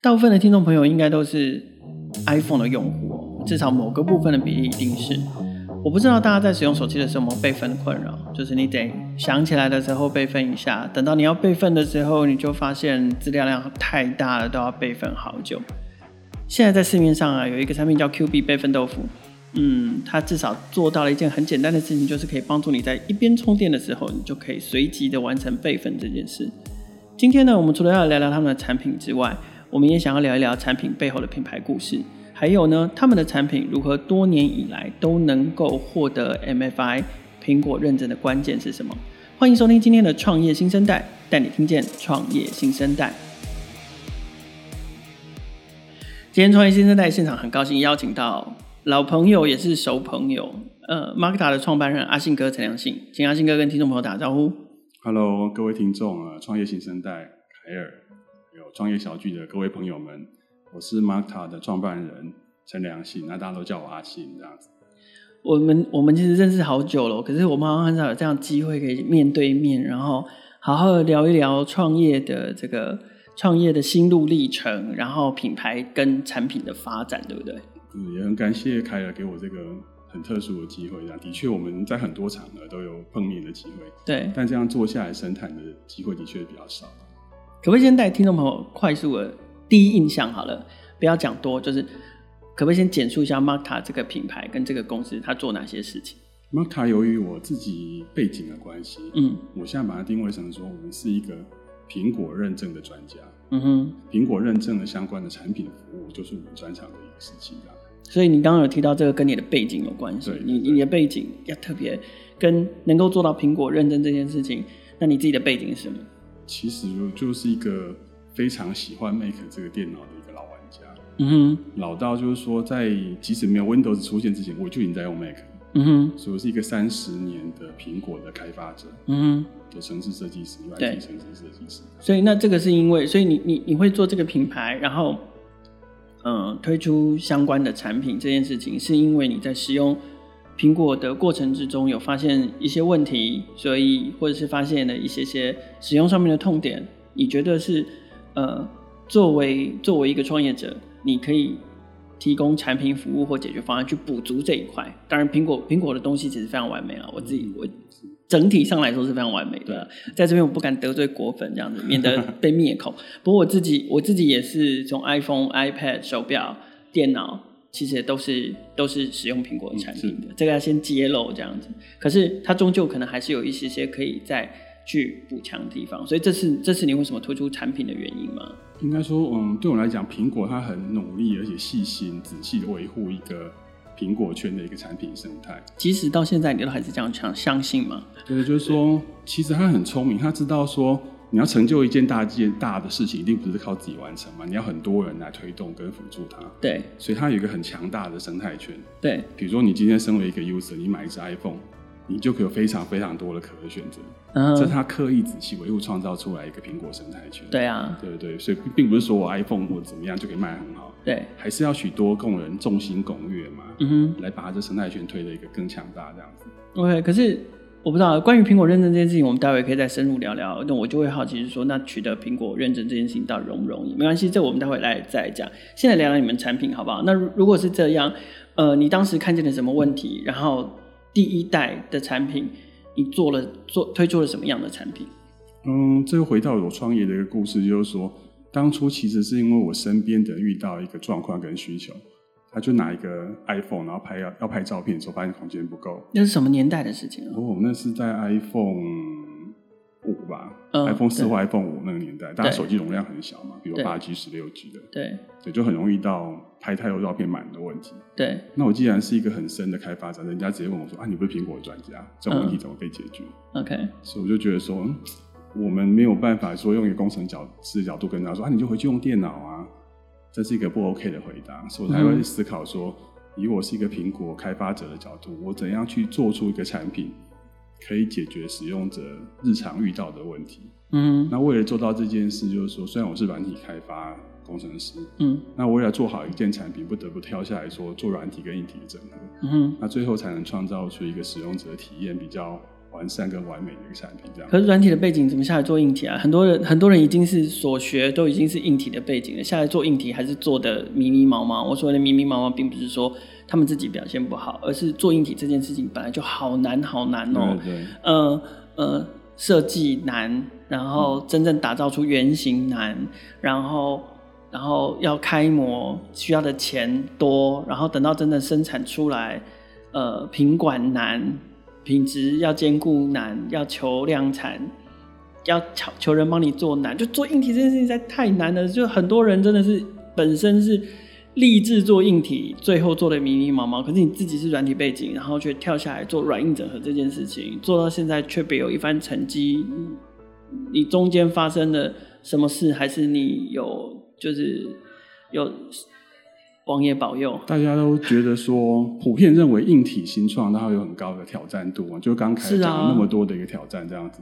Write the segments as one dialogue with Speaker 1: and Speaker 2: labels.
Speaker 1: 大部分的听众朋友应该都是 iPhone 的用户哦，至少某个部分的比例一定是。我不知道大家在使用手机的时候有没有备份困扰，就是你得想起来的时候备份一下，等到你要备份的时候，你就发现资料量太大了，都要备份好久。现在在市面上啊，有一个产品叫 Q B 备份豆腐，嗯，它至少做到了一件很简单的事情，就是可以帮助你在一边充电的时候，你就可以随即的完成备份这件事。今天呢，我们除了要聊聊他们的产品之外，我们也想要聊一聊产品背后的品牌故事，还有呢，他们的产品如何多年以来都能够获得 MFI 苹果认证的关键是什么？欢迎收听今天的创业新生代，带你听见创业新生代。今天创业新生代现场很高兴邀请到老朋友，也是熟朋友，呃，Markta 的创办人阿信哥陈良信，请阿信哥跟听众朋友打招呼。
Speaker 2: Hello，各位听众啊，创业新生代凯尔，还有创业小聚的各位朋友们，我是 Marta 的创办人陈良信，那大家都叫我阿信这样子。
Speaker 1: 我们我们其实认识好久了，可是我们好像很少有这样的机会可以面对面，然后好好的聊一聊创业的这个创业的心路历程，然后品牌跟产品的发展，对不对？
Speaker 2: 嗯，也很感谢凯尔给我这个很特殊的机会。这样的确，我们在很多场合都有碰面的机会，
Speaker 1: 对，
Speaker 2: 但这样坐下来深谈的机会的确比较少。
Speaker 1: 可不可以先带听众朋友快速的第一印象好了，不要讲多，就是可不可以先简述一下 Marta 这个品牌跟这个公司它做哪些事情？
Speaker 2: Marta 由于我自己背景的关系，
Speaker 1: 嗯
Speaker 2: 我现在把它定位成说，我们是一个苹果认证的专家，
Speaker 1: 嗯哼，
Speaker 2: 苹果认证的相关的产品服务就是我们专长的一个事情啊这样。
Speaker 1: 所以你刚刚有提到这个跟你的背景有关系
Speaker 2: 对，
Speaker 1: 你
Speaker 2: 对
Speaker 1: 你的背景要特别跟能够做到苹果认证这件事情，那你自己的背景是什么？
Speaker 2: 其实我就是一个非常喜欢 Mac 这个电脑的一个老玩家，
Speaker 1: 嗯哼，
Speaker 2: 老到就是说，在即使没有 Windows 出现之前，我就已经在用 Mac，了
Speaker 1: 嗯哼，
Speaker 2: 所以我是一个三十年的苹果的开发者
Speaker 1: 嗯哼，
Speaker 2: 的城市设计师
Speaker 1: 对
Speaker 2: ，IT 城市设计师。
Speaker 1: 所以那这个是因为，所以你你你会做这个品牌，然后嗯推出相关的产品这件事情，是因为你在使用苹果的过程之中有发现一些问题，所以或者是发现了一些些使用上面的痛点，你觉得是呃作为作为一个创业者，你可以。提供产品、服务或解决方案去补足这一块。当然，苹果苹果的东西其实非常完美啊，我自己我整体上来说是非常完美的啊。在这边我不敢得罪果粉这样子，免得被灭 口。不过我自己我自己也是从 iPhone、iPad、手表、电脑，其实也都是都是使用苹果的产
Speaker 2: 嗯
Speaker 1: 品的，这个要先揭露这样子。可是它终究可能还是有一些些可以再去补强的地方，所以这是这是你为什么推出产品的原因吗？
Speaker 2: 应该说，嗯，对我来讲，苹果它很努力而且细心、仔细的维护一个苹果圈的一个产品生态。
Speaker 1: 即使到现在你都还是这样想相信吗？
Speaker 2: 对，就是说，其实他很聪明，他知道说，你要成就一件大件大的事情，一定不是靠自己完成嘛，你要很多人来推动跟辅助他，
Speaker 1: 对
Speaker 2: 所以他有一个很强大的生态圈。
Speaker 1: 对，
Speaker 2: 比如说，你今天身为一个 user，你买一只 iPhone，你就可以有非常非常多的可选择，
Speaker 1: 嗯
Speaker 2: 这是他刻意仔细维护创造出来一个苹果生态圈。
Speaker 1: 对啊，
Speaker 2: 对对对，所以并并不是说我 iPhone 或怎么样就可以卖得很好，
Speaker 1: 对，
Speaker 2: 还是要许多共人众星拱月嘛，
Speaker 1: 嗯哼。
Speaker 2: 来把它这生态圈推的一个更强大这样子。
Speaker 1: OK，可是我不知道关于苹果认证这件事情，我们待会可以再深入聊聊。那我就会好奇是说，那取得苹果认证这件事情到底容不容易？没关系，这我们待会来再讲。现在聊聊你们产品好不好？那如如果是这样，呃，你当时看见了什么问题？然后第一代的产品，你做了做推出了什么样的产品？
Speaker 2: 嗯，这又回到我创业的一个故事，就是说，当初其实是因为我身边的遇到一个状况跟需求，他就拿一个 iPhone，然后拍要要拍照片的时候，发现空间不够。
Speaker 1: 那是什么年代的事情啊？
Speaker 2: 哦，那是在 iPhone 五吧、
Speaker 1: 嗯
Speaker 2: i p h o n e 四或 iPhone 五那个年代，大家
Speaker 1: 对
Speaker 2: 手机容量很小嘛，比如
Speaker 1: 对
Speaker 2: 八 G、十六 G 的，
Speaker 1: 对
Speaker 2: 对，就很容易到拍太多照片满的问题。
Speaker 1: 对，
Speaker 2: 那我既然是一个很深的开发者，人家直接问我说：“啊，你不是苹果专家，这种问
Speaker 1: 嗯
Speaker 2: 题怎么被解决？”
Speaker 1: OK，
Speaker 2: 所以我就觉得说，嗯我们没有办法说用一个工程角师的角度跟他说啊，你就回去用电脑啊，这是一个不 OK 的回答，所以我才会
Speaker 1: 嗯
Speaker 2: 思考说，以我是一个苹果开发者的角度，我怎样去做出一个产品，可以解决使用者日常遇到的问题。
Speaker 1: 嗯
Speaker 2: 那为了做到这件事，就是说，虽然我是软体开发工程师，
Speaker 1: 嗯
Speaker 2: 那为了做好一件产品，不得不挑下来说做软体跟硬体的整合。
Speaker 1: 嗯哼
Speaker 2: 那最后才能创造出一个使用者体验比较完善跟完美的一个产品这样。
Speaker 1: 可是软体的背景怎么下来做硬体啊？很多人很多人已经是所学都已经是硬体的背景了，下来做硬体还是做的迷迷茫茫。我所谓的迷迷茫茫，并不是说他们自己表现不好，而是做硬体这件事情本来就好难好难哦。
Speaker 2: 对对
Speaker 1: 呃呃，设计难，然后真正打造出原型难，然后然后要开模需要的钱多，然后等到真的生产出来，呃，品管难，品质要兼顾难，要求量产。要求求人帮你做难，就做硬体这件事情实在太难了。就很多人真的是本身是立志做硬体，最后做的迷迷茫茫。可是你自己是软体背景，然后却跳下来做软硬整合这件事情，做到现在却别有一番成绩。嗯你中间发生了什么事，还是你有就是有王爷保佑？
Speaker 2: 大家都觉得说，普遍认为硬体新创它会有很高的挑战度，就刚开
Speaker 1: 是
Speaker 2: 始
Speaker 1: 啊
Speaker 2: 讲了那么多的一个挑战这样子。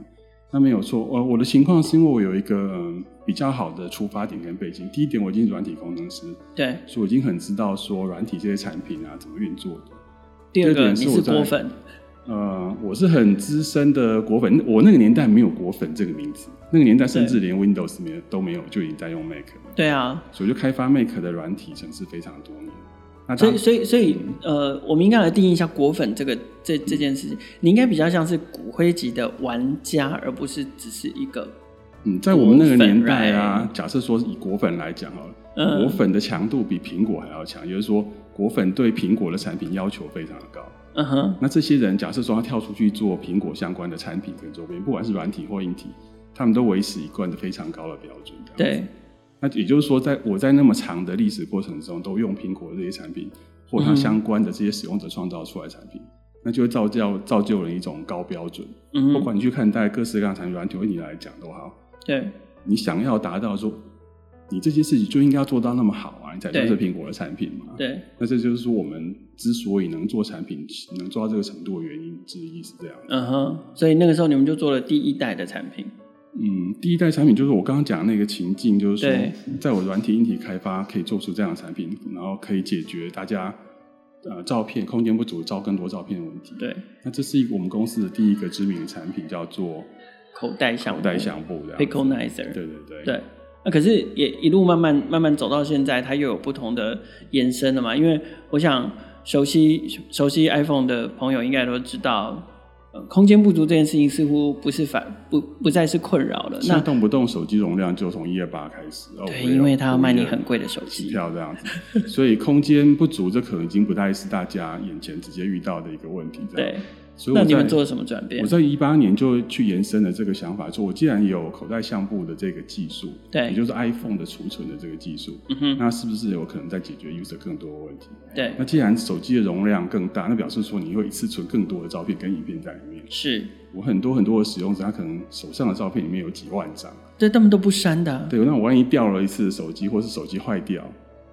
Speaker 2: 那没有错，呃，我的情况是因为我有一个、嗯比较好的出发点跟背景。第一点，我已经是软体工程师，
Speaker 1: 对，
Speaker 2: 所以我已经很知道说软体这些产品啊怎么运作的。
Speaker 1: 第二
Speaker 2: 第二
Speaker 1: 个
Speaker 2: 点
Speaker 1: 你
Speaker 2: 是我
Speaker 1: 是
Speaker 2: 在
Speaker 1: 果粉，
Speaker 2: 呃，我是很资深的果粉，我那个年代没有果粉这个名字，那个年代甚至连 Windows 没有都没有，就已经在用 Mac 了，
Speaker 1: 对啊，
Speaker 2: 所以我就开发 Mac 的软体程式非常多年。那
Speaker 1: 所
Speaker 2: 当
Speaker 1: 以，所以，所以，呃，我们应该来定义一下果粉这个这这件事情。你应该比较像是骨灰级的玩家，而不是只是一个
Speaker 2: 嗯，在我们那个年代
Speaker 1: 果
Speaker 2: 啊，假设说以果粉来讲好了，
Speaker 1: 嗯
Speaker 2: 果粉的强度比苹果还要强，也就是说，果粉对苹果的产品要求非常的高。
Speaker 1: 嗯哼，
Speaker 2: 那这些人假设说他跳出去做苹果相关的产品跟周边，不管是软体或硬体，他们都维持一贯的非常高的标准。这样子。
Speaker 1: 对，
Speaker 2: 那也就是说，在我在那么长的历史过程中，都用苹果的这些产品或它
Speaker 1: 嗯
Speaker 2: 相关的这些使用者创造出来的产品，那就会造就造就了一种高标准。
Speaker 1: 嗯
Speaker 2: 不
Speaker 1: 哼，
Speaker 2: 管你去看待各式各样的产品软体或硬体来讲都好。
Speaker 1: 对，
Speaker 2: 你想要达到说，你这些事情就应该要做到那么好啊，你才算
Speaker 1: 对
Speaker 2: 是苹果的产品嘛。
Speaker 1: 对，
Speaker 2: 那这就是说我们之所以能做产品，能做到这个程度的原因之一是这样。
Speaker 1: 嗯哼。所以那个时候你们就做了第一代的产品，
Speaker 2: 嗯，第一代产品就是我刚刚讲的那个情境，就是
Speaker 1: 对
Speaker 2: 说，在我软体硬体开发可以做出这样的产品，然后可以解决大家呃照片空间不足照更多照片的问题。
Speaker 1: 对，
Speaker 2: 那这是一个我们公司的第一个知名的产品，叫做
Speaker 1: 口袋项
Speaker 2: 口
Speaker 1: 目
Speaker 2: 袋相簿这样子。
Speaker 1: Piconizer
Speaker 2: 对对对
Speaker 1: 对，那、可是也一路慢慢慢慢走到现在，它又有不同的延伸了嘛？因为我想熟悉熟悉 iPhone 的朋友应该都知道，呃，空间不足这件事情似乎不是反不不再是困扰了。
Speaker 2: 现在
Speaker 1: 呃那
Speaker 2: 动不动手机容量就从一二八开始，哦
Speaker 1: 对，
Speaker 2: 我也
Speaker 1: 因为它要卖你
Speaker 2: 我也
Speaker 1: 很贵的手
Speaker 2: 机
Speaker 1: 机。
Speaker 2: 票这样子，所以空间不足，这可能已经不太是大家眼前直接遇到的一个问题。这样，
Speaker 1: 对，
Speaker 2: 啊所以
Speaker 1: 那
Speaker 2: 我
Speaker 1: 你们
Speaker 2: 在
Speaker 1: 做了什么转变
Speaker 2: 我？在一八年就去延伸了这个想法，说我既然有口袋相簿的这个技术，
Speaker 1: 对
Speaker 2: 也就是 iPhone 的储存的这个技术，
Speaker 1: 嗯哼，
Speaker 2: 那是不是有可能在解决 user 更多的问题？
Speaker 1: 对，
Speaker 2: 那既然手机的容量更大，那表示说你会一次存更多的照片跟影片在里面。
Speaker 1: 是，
Speaker 2: 我很多很多的使用者，他可能手上的照片里面有几万张。
Speaker 1: 这他们都不删的啊、
Speaker 2: 对，那我万一掉了一次手机，或是手机坏掉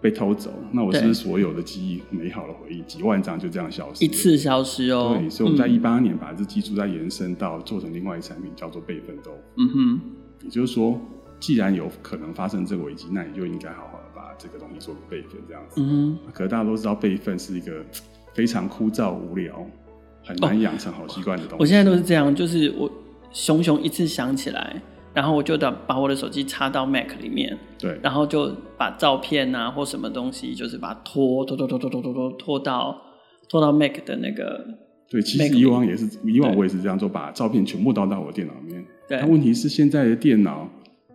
Speaker 2: 被偷走，那我是不
Speaker 1: 对
Speaker 2: 是所有的记忆、美好的回忆，几万张就这样消失？
Speaker 1: 一。次消失哦。
Speaker 2: 对，所以我们在
Speaker 1: 嗯
Speaker 2: 一八年把这技术再延伸到做成另外一个产品，叫做备份豆腐。
Speaker 1: 嗯哼，
Speaker 2: 也就是说，既然有可能发生这个危机，那你就应该好好的把这个东西做个备份，这样子。
Speaker 1: 嗯哼。
Speaker 2: 可是大家都知道，备份是一个非常枯燥无聊、很难养成好习惯的东西。
Speaker 1: 哦我现在都是这样，就是我熊熊一次想起来，然后我就把把我的手机插到 Mac 里面，
Speaker 2: 对
Speaker 1: 然后就把照片啊或什么东西，就是把它拖拖拖拖拖拖拖拖拖到拖到 Mac 的那个
Speaker 2: 对，其
Speaker 1: Mac
Speaker 2: 实以往也是，以往
Speaker 1: 对
Speaker 2: 我也是这样做，把照片全部倒到我电脑里面。
Speaker 1: 对
Speaker 2: 但问题是现在的电脑，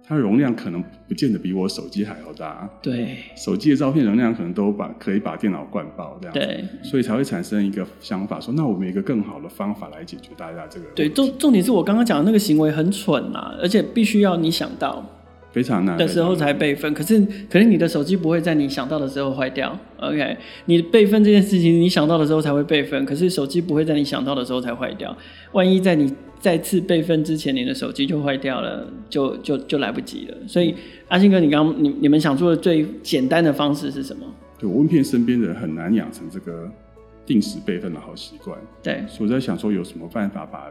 Speaker 2: 它容量可能不见得比我手机还要大，
Speaker 1: 对
Speaker 2: 手机的照片容量可能都把可以把电脑灌爆这样子，
Speaker 1: 对
Speaker 2: 所以才会产生一个想法说，那我们有一个更好的方法来解决大家这个
Speaker 1: 对，
Speaker 2: 问题
Speaker 1: 重重点是我刚刚讲的那个行为很蠢啊，而且必须要你想到
Speaker 2: 非常难
Speaker 1: 的时候
Speaker 2: 非常
Speaker 1: 才备份，可是可是你的手机不会在你想到的时候坏掉，OK？你备份这件事情，你想到的时候才会备份，可是手机不会在你想到的时候才坏掉。万一在你再次备份之前，你的手机就坏掉了，就就就来不及了。所
Speaker 2: 嗯
Speaker 1: 以阿信哥，你刚你你们想做的最简单的方式是什么？
Speaker 2: 对我问遍身边的人，很难养成这个定时备份的好习惯。
Speaker 1: 对，
Speaker 2: 所以我在想说有什么办法把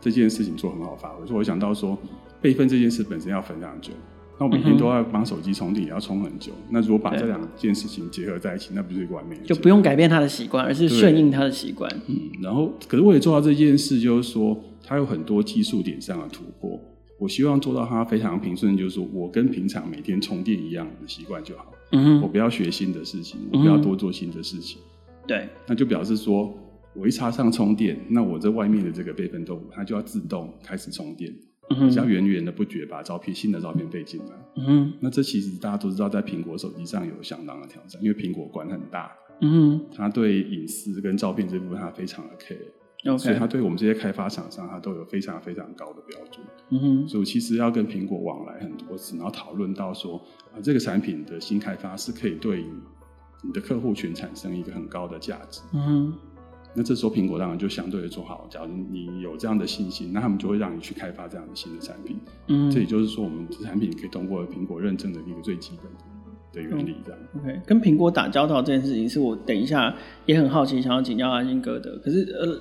Speaker 2: 这件事情做很好发挥。所以我想到说，备份这件事本身要非常久，那我每天
Speaker 1: 嗯哼
Speaker 2: 都要把手机充电，也要充很久。那如果把
Speaker 1: 对
Speaker 2: 这两件事情结合在一起，那不是一个完美的
Speaker 1: 就
Speaker 2: 结
Speaker 1: 不
Speaker 2: 果？
Speaker 1: 用改变他的习惯，而是顺应他的习惯。
Speaker 2: 嗯，然后可是为了做到这件事，就是说它有很多技术点上的突破。我希望做到它非常平顺，就是说我跟平常每天充电一样的习惯就好。
Speaker 1: 嗯
Speaker 2: 我
Speaker 1: 哼，
Speaker 2: 不要学新的事情，我不要
Speaker 1: 嗯
Speaker 2: 多做新的事情，
Speaker 1: 对，
Speaker 2: 那就表示说，我一插上充电，那我这外面的这个备份动物，它就要自动开始充电，
Speaker 1: 嗯
Speaker 2: 只要
Speaker 1: 哼，
Speaker 2: 源源的不绝把照片新的照片背进来。
Speaker 1: 嗯哼，
Speaker 2: 那这其实大家都知道，在苹果手机上有相当的挑战，因为苹果管很大，
Speaker 1: 嗯
Speaker 2: 它对隐私跟照片这部分它非常的 care，
Speaker 1: 哼
Speaker 2: 所以
Speaker 1: ，OK，
Speaker 2: 它对我们这些开发厂商，它都有非常非常高的标准。
Speaker 1: 嗯哼，
Speaker 2: 所以我其实要跟苹果往来很多次，然后讨论到说，啊、这个产品的新开发是可以对于你的客户群产生一个很高的价值。
Speaker 1: 嗯哼，
Speaker 2: 那这时候苹果当然就相对的说好，假如你有这样的信心，那他们就会让你去开发这样的新的产品。
Speaker 1: 嗯
Speaker 2: 这也就是说，我们产品可以通过苹果认证的一个最基本的原理，这样。
Speaker 1: OK，跟苹果打交道这件事情是我等一下也很好奇，想要请教阿金哥的。可是呃，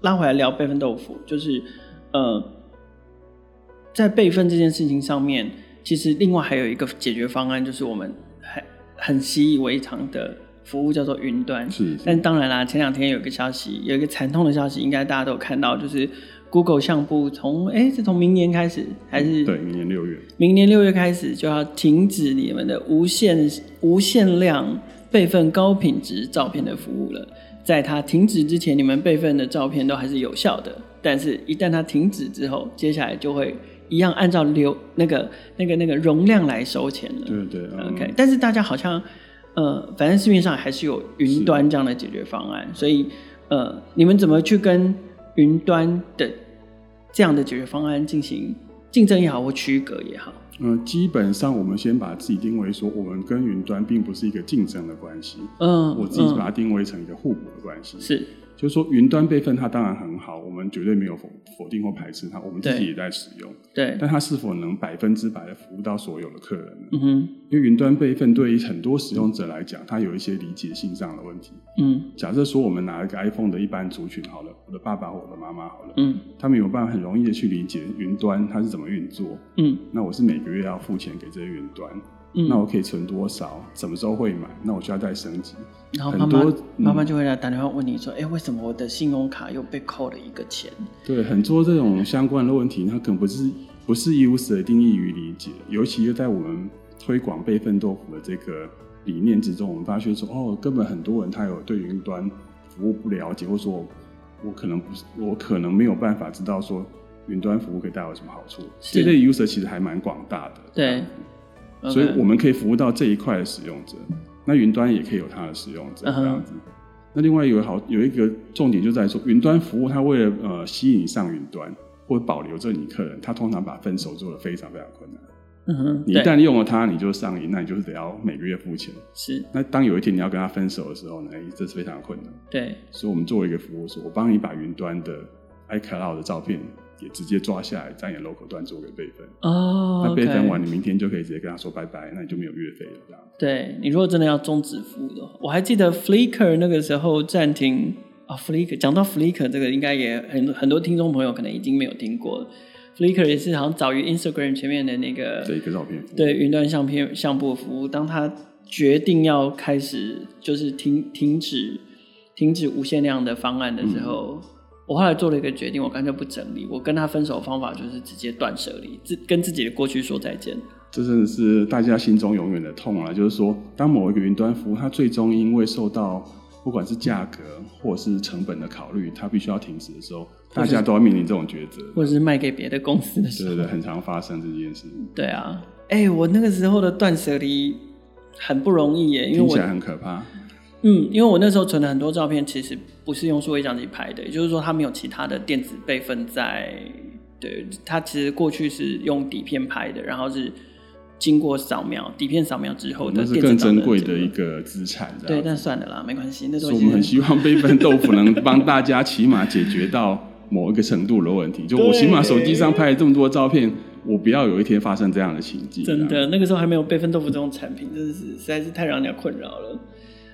Speaker 1: 拉回来聊备份豆腐，就是呃，在备份这件事情上面，其实另外还有一个解决方案，就是我们很很习以为常的服务叫做云端。
Speaker 2: 是，是
Speaker 1: 嗯但当然啦，前两天有一个消息，有一个惨痛的消息，应该大家都有看到，就是 Google 项目从哎是从明年开始还是
Speaker 2: 对，明年六月，
Speaker 1: 明年六月开始就要停止你们的无限无限量备份高品质照片的服务了。在它停止之前，你们备份的照片都还是有效的，但是一旦它停止之后，接下来就会一样按照流那个那个那个容量来收钱了。
Speaker 2: 对对嗯
Speaker 1: OK，但是大家好像呃，反正市面上还是有云端这样的解决方案，所以呃，你们怎么去跟云端的这样的解决方案进行竞争也好或区隔也好？
Speaker 2: 呃，基本上我们先把自己定位说，我们跟云端并不是一个竞争的关系，
Speaker 1: 嗯，
Speaker 2: 我自己
Speaker 1: 嗯、
Speaker 2: 把它定位成一个互补的关系。
Speaker 1: 是，
Speaker 2: 就是说云端备份它当然很好，我们绝对没有否否定或排斥它，我们自己
Speaker 1: 对
Speaker 2: 也在使用。
Speaker 1: 对，
Speaker 2: 但它是否能百分之百的服务到所有的客人呢？
Speaker 1: 嗯哼，
Speaker 2: 因为云端备份对于很多使用者来讲，它有一些理解性上的问题。
Speaker 1: 嗯
Speaker 2: 假设说我们拿一个 iPhone 的一般族群好了，我的爸爸或我的妈妈好了，
Speaker 1: 嗯
Speaker 2: 他们有办法很容易的去理解云端它是怎么运作。
Speaker 1: 嗯
Speaker 2: 那我是每个月要付钱给这些云端，
Speaker 1: 嗯，
Speaker 2: 那我可以存多少？什么时候会买？那我需要再升级。
Speaker 1: 然后
Speaker 2: 很
Speaker 1: 妈妈
Speaker 2: 多嗯
Speaker 1: 妈妈就会来打电话问你说，哎、为什么我的信用卡又被扣了一个钱？
Speaker 2: 对，很多这种相关的问题，它可能不是不是 user 的定义与理解，尤其又在我们推广备份豆腐的这个理念之中，我们发现说，哦，根本很多人他有对云端服务不了解，或者说我可能不是，我可能没有办法知道说云端服务可以带来有什么好处。
Speaker 1: 是
Speaker 2: 这类 user 其实还蛮广大的，嗯
Speaker 1: 对，OK，
Speaker 2: 所以我们可以服务到这一块的使用者，那云端也可以有它的使用者
Speaker 1: 嗯哼
Speaker 2: 这样子。那另外有好有一个重点就在于说，云端服务它为了呃吸引你上云端或保留着你客人，它通常把分手做得非常非常困难。
Speaker 1: 嗯哼，
Speaker 2: 你一
Speaker 1: 对
Speaker 2: 旦用了它，你就上瘾，那你就是得要每个月付钱。
Speaker 1: 是
Speaker 2: 那当有一天你要跟他分手的时候呢，哎这是非常困难。
Speaker 1: 对，
Speaker 2: 所以我们作为一个服务说，我帮你把云端的 iCloud 的照片也直接抓下来，在你的 local 端做个备份。
Speaker 1: 哦，
Speaker 2: 那备份
Speaker 1: OK
Speaker 2: 完，你明天就可以直接跟他说拜拜，那你就没有月费了这样。
Speaker 1: 对你如果真的要终止服务的话，我还记得 Flickr 那个时候暂停啊，Flickr 讲到 Flickr 这个，应该也很很多听众朋友可能已经没有听过了。Flickr 也是好像早于 Instagram 前面的那个
Speaker 2: 这一个照片服务。
Speaker 1: 对云端相片相簿服务，当他决定要开始就是停停止停止无限量的方案的时候，我后来做了一个决定，我干脆不整理，我跟他分手的方法就是直接断舍离，自跟自己的过去说再见。
Speaker 2: 这真的是大家心中永远的痛啊！就是说，当某一个云端服务，它最终因为受到不管是价格或者是成本的考虑，它必须要停止的时候，大家都要面临这种抉择。
Speaker 1: 或者是卖给别的公司的时
Speaker 2: 对
Speaker 1: 候，
Speaker 2: 对对，很常发生这件事，
Speaker 1: 对啊，哎、我那个时候的断舍离很不容易耶，因为
Speaker 2: 听
Speaker 1: 我
Speaker 2: 起来很可怕。
Speaker 1: 嗯，因为我那时候存了很多照片，其实不是用数位相机拍的，也就是说它没有其他的电子备份在。对，它其实过去是用底片拍的，然后是经过扫描，底片扫描之后的
Speaker 2: 那
Speaker 1: 电
Speaker 2: 是
Speaker 1: 子
Speaker 2: 更
Speaker 1: 档
Speaker 2: 珍贵
Speaker 1: 结
Speaker 2: 的
Speaker 1: 合
Speaker 2: 一个资产，这
Speaker 1: 对，
Speaker 2: 样子
Speaker 1: 但算了啦，没关系，那
Speaker 2: 所
Speaker 1: 东
Speaker 2: 以
Speaker 1: 西
Speaker 2: 我们很希望备份豆腐能帮大家起码解决到某一个程度的问题。就我
Speaker 1: 对
Speaker 2: 起码手机上拍了这么多照片，我不要有一天发生这样的情境。
Speaker 1: 真
Speaker 2: 这样，
Speaker 1: 的，那个时候还没有备份豆腐这种产品，真的是实在是太让人家困扰了。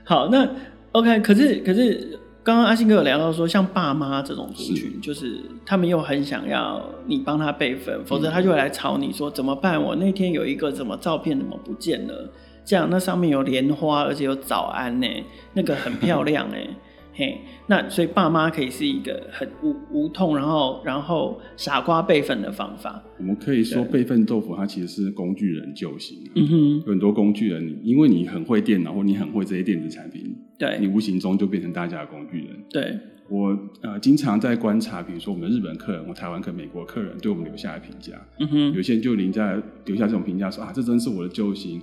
Speaker 1: 好，那 OK，可是可是刚刚阿信哥有聊到说，像爸妈这种族
Speaker 2: 是
Speaker 1: 群，就是他们又很想要你帮他备份，否则他就会来吵你说怎么办？我那天有一个怎么照片怎么不见了？这样那上面有莲花，而且有早安呢、那个很漂亮哎、嘿，那所以爸妈可以是一个很无无痛，然后然后傻瓜备份的方法。
Speaker 2: 我们可以说备份豆腐它其实是工具人救星啊、
Speaker 1: 嗯哼，
Speaker 2: 有很多工具人，你因为你很会电脑或你很会这些电子产品，你
Speaker 1: 对
Speaker 2: 无形中就变成大家的工具人。
Speaker 1: 对，
Speaker 2: 我呃经常在观察，比如说我们的日本客人、或台湾客人、美国客人对我们留下的评价，
Speaker 1: 嗯哼，
Speaker 2: 有些人就留下留下这种评价说啊，这真是我的救星。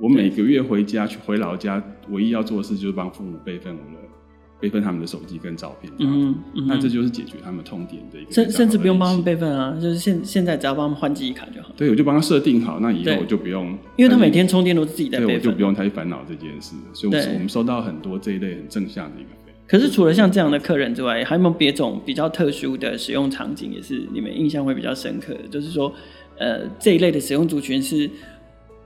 Speaker 2: 我每个月回家去回老家，唯一要做的事就是帮父母备份我的备份他们的手机跟照片。
Speaker 1: 嗯哼，嗯哼
Speaker 2: 那这就是解决他们痛点的一个非常好的
Speaker 1: 甚
Speaker 2: 利器，
Speaker 1: 甚至不用帮他们备份啊，就是现现在只要帮他们换记忆卡就好了，
Speaker 2: 对，我就帮他设定好，那以后
Speaker 1: 对
Speaker 2: 我就不用，
Speaker 1: 因为他每天充电都是自己在
Speaker 2: 对我
Speaker 1: 备
Speaker 2: 就
Speaker 1: 份
Speaker 2: 不。用太烦恼这件事。所以我
Speaker 1: 对
Speaker 2: 们我们收到很多这一类很正向的一个 feedback
Speaker 1: 可是除了像这样的客人之外，还有没有别种比较特殊的使用场景，也是你们印象会比较深刻的？就是说，呃，这一类的使用族群是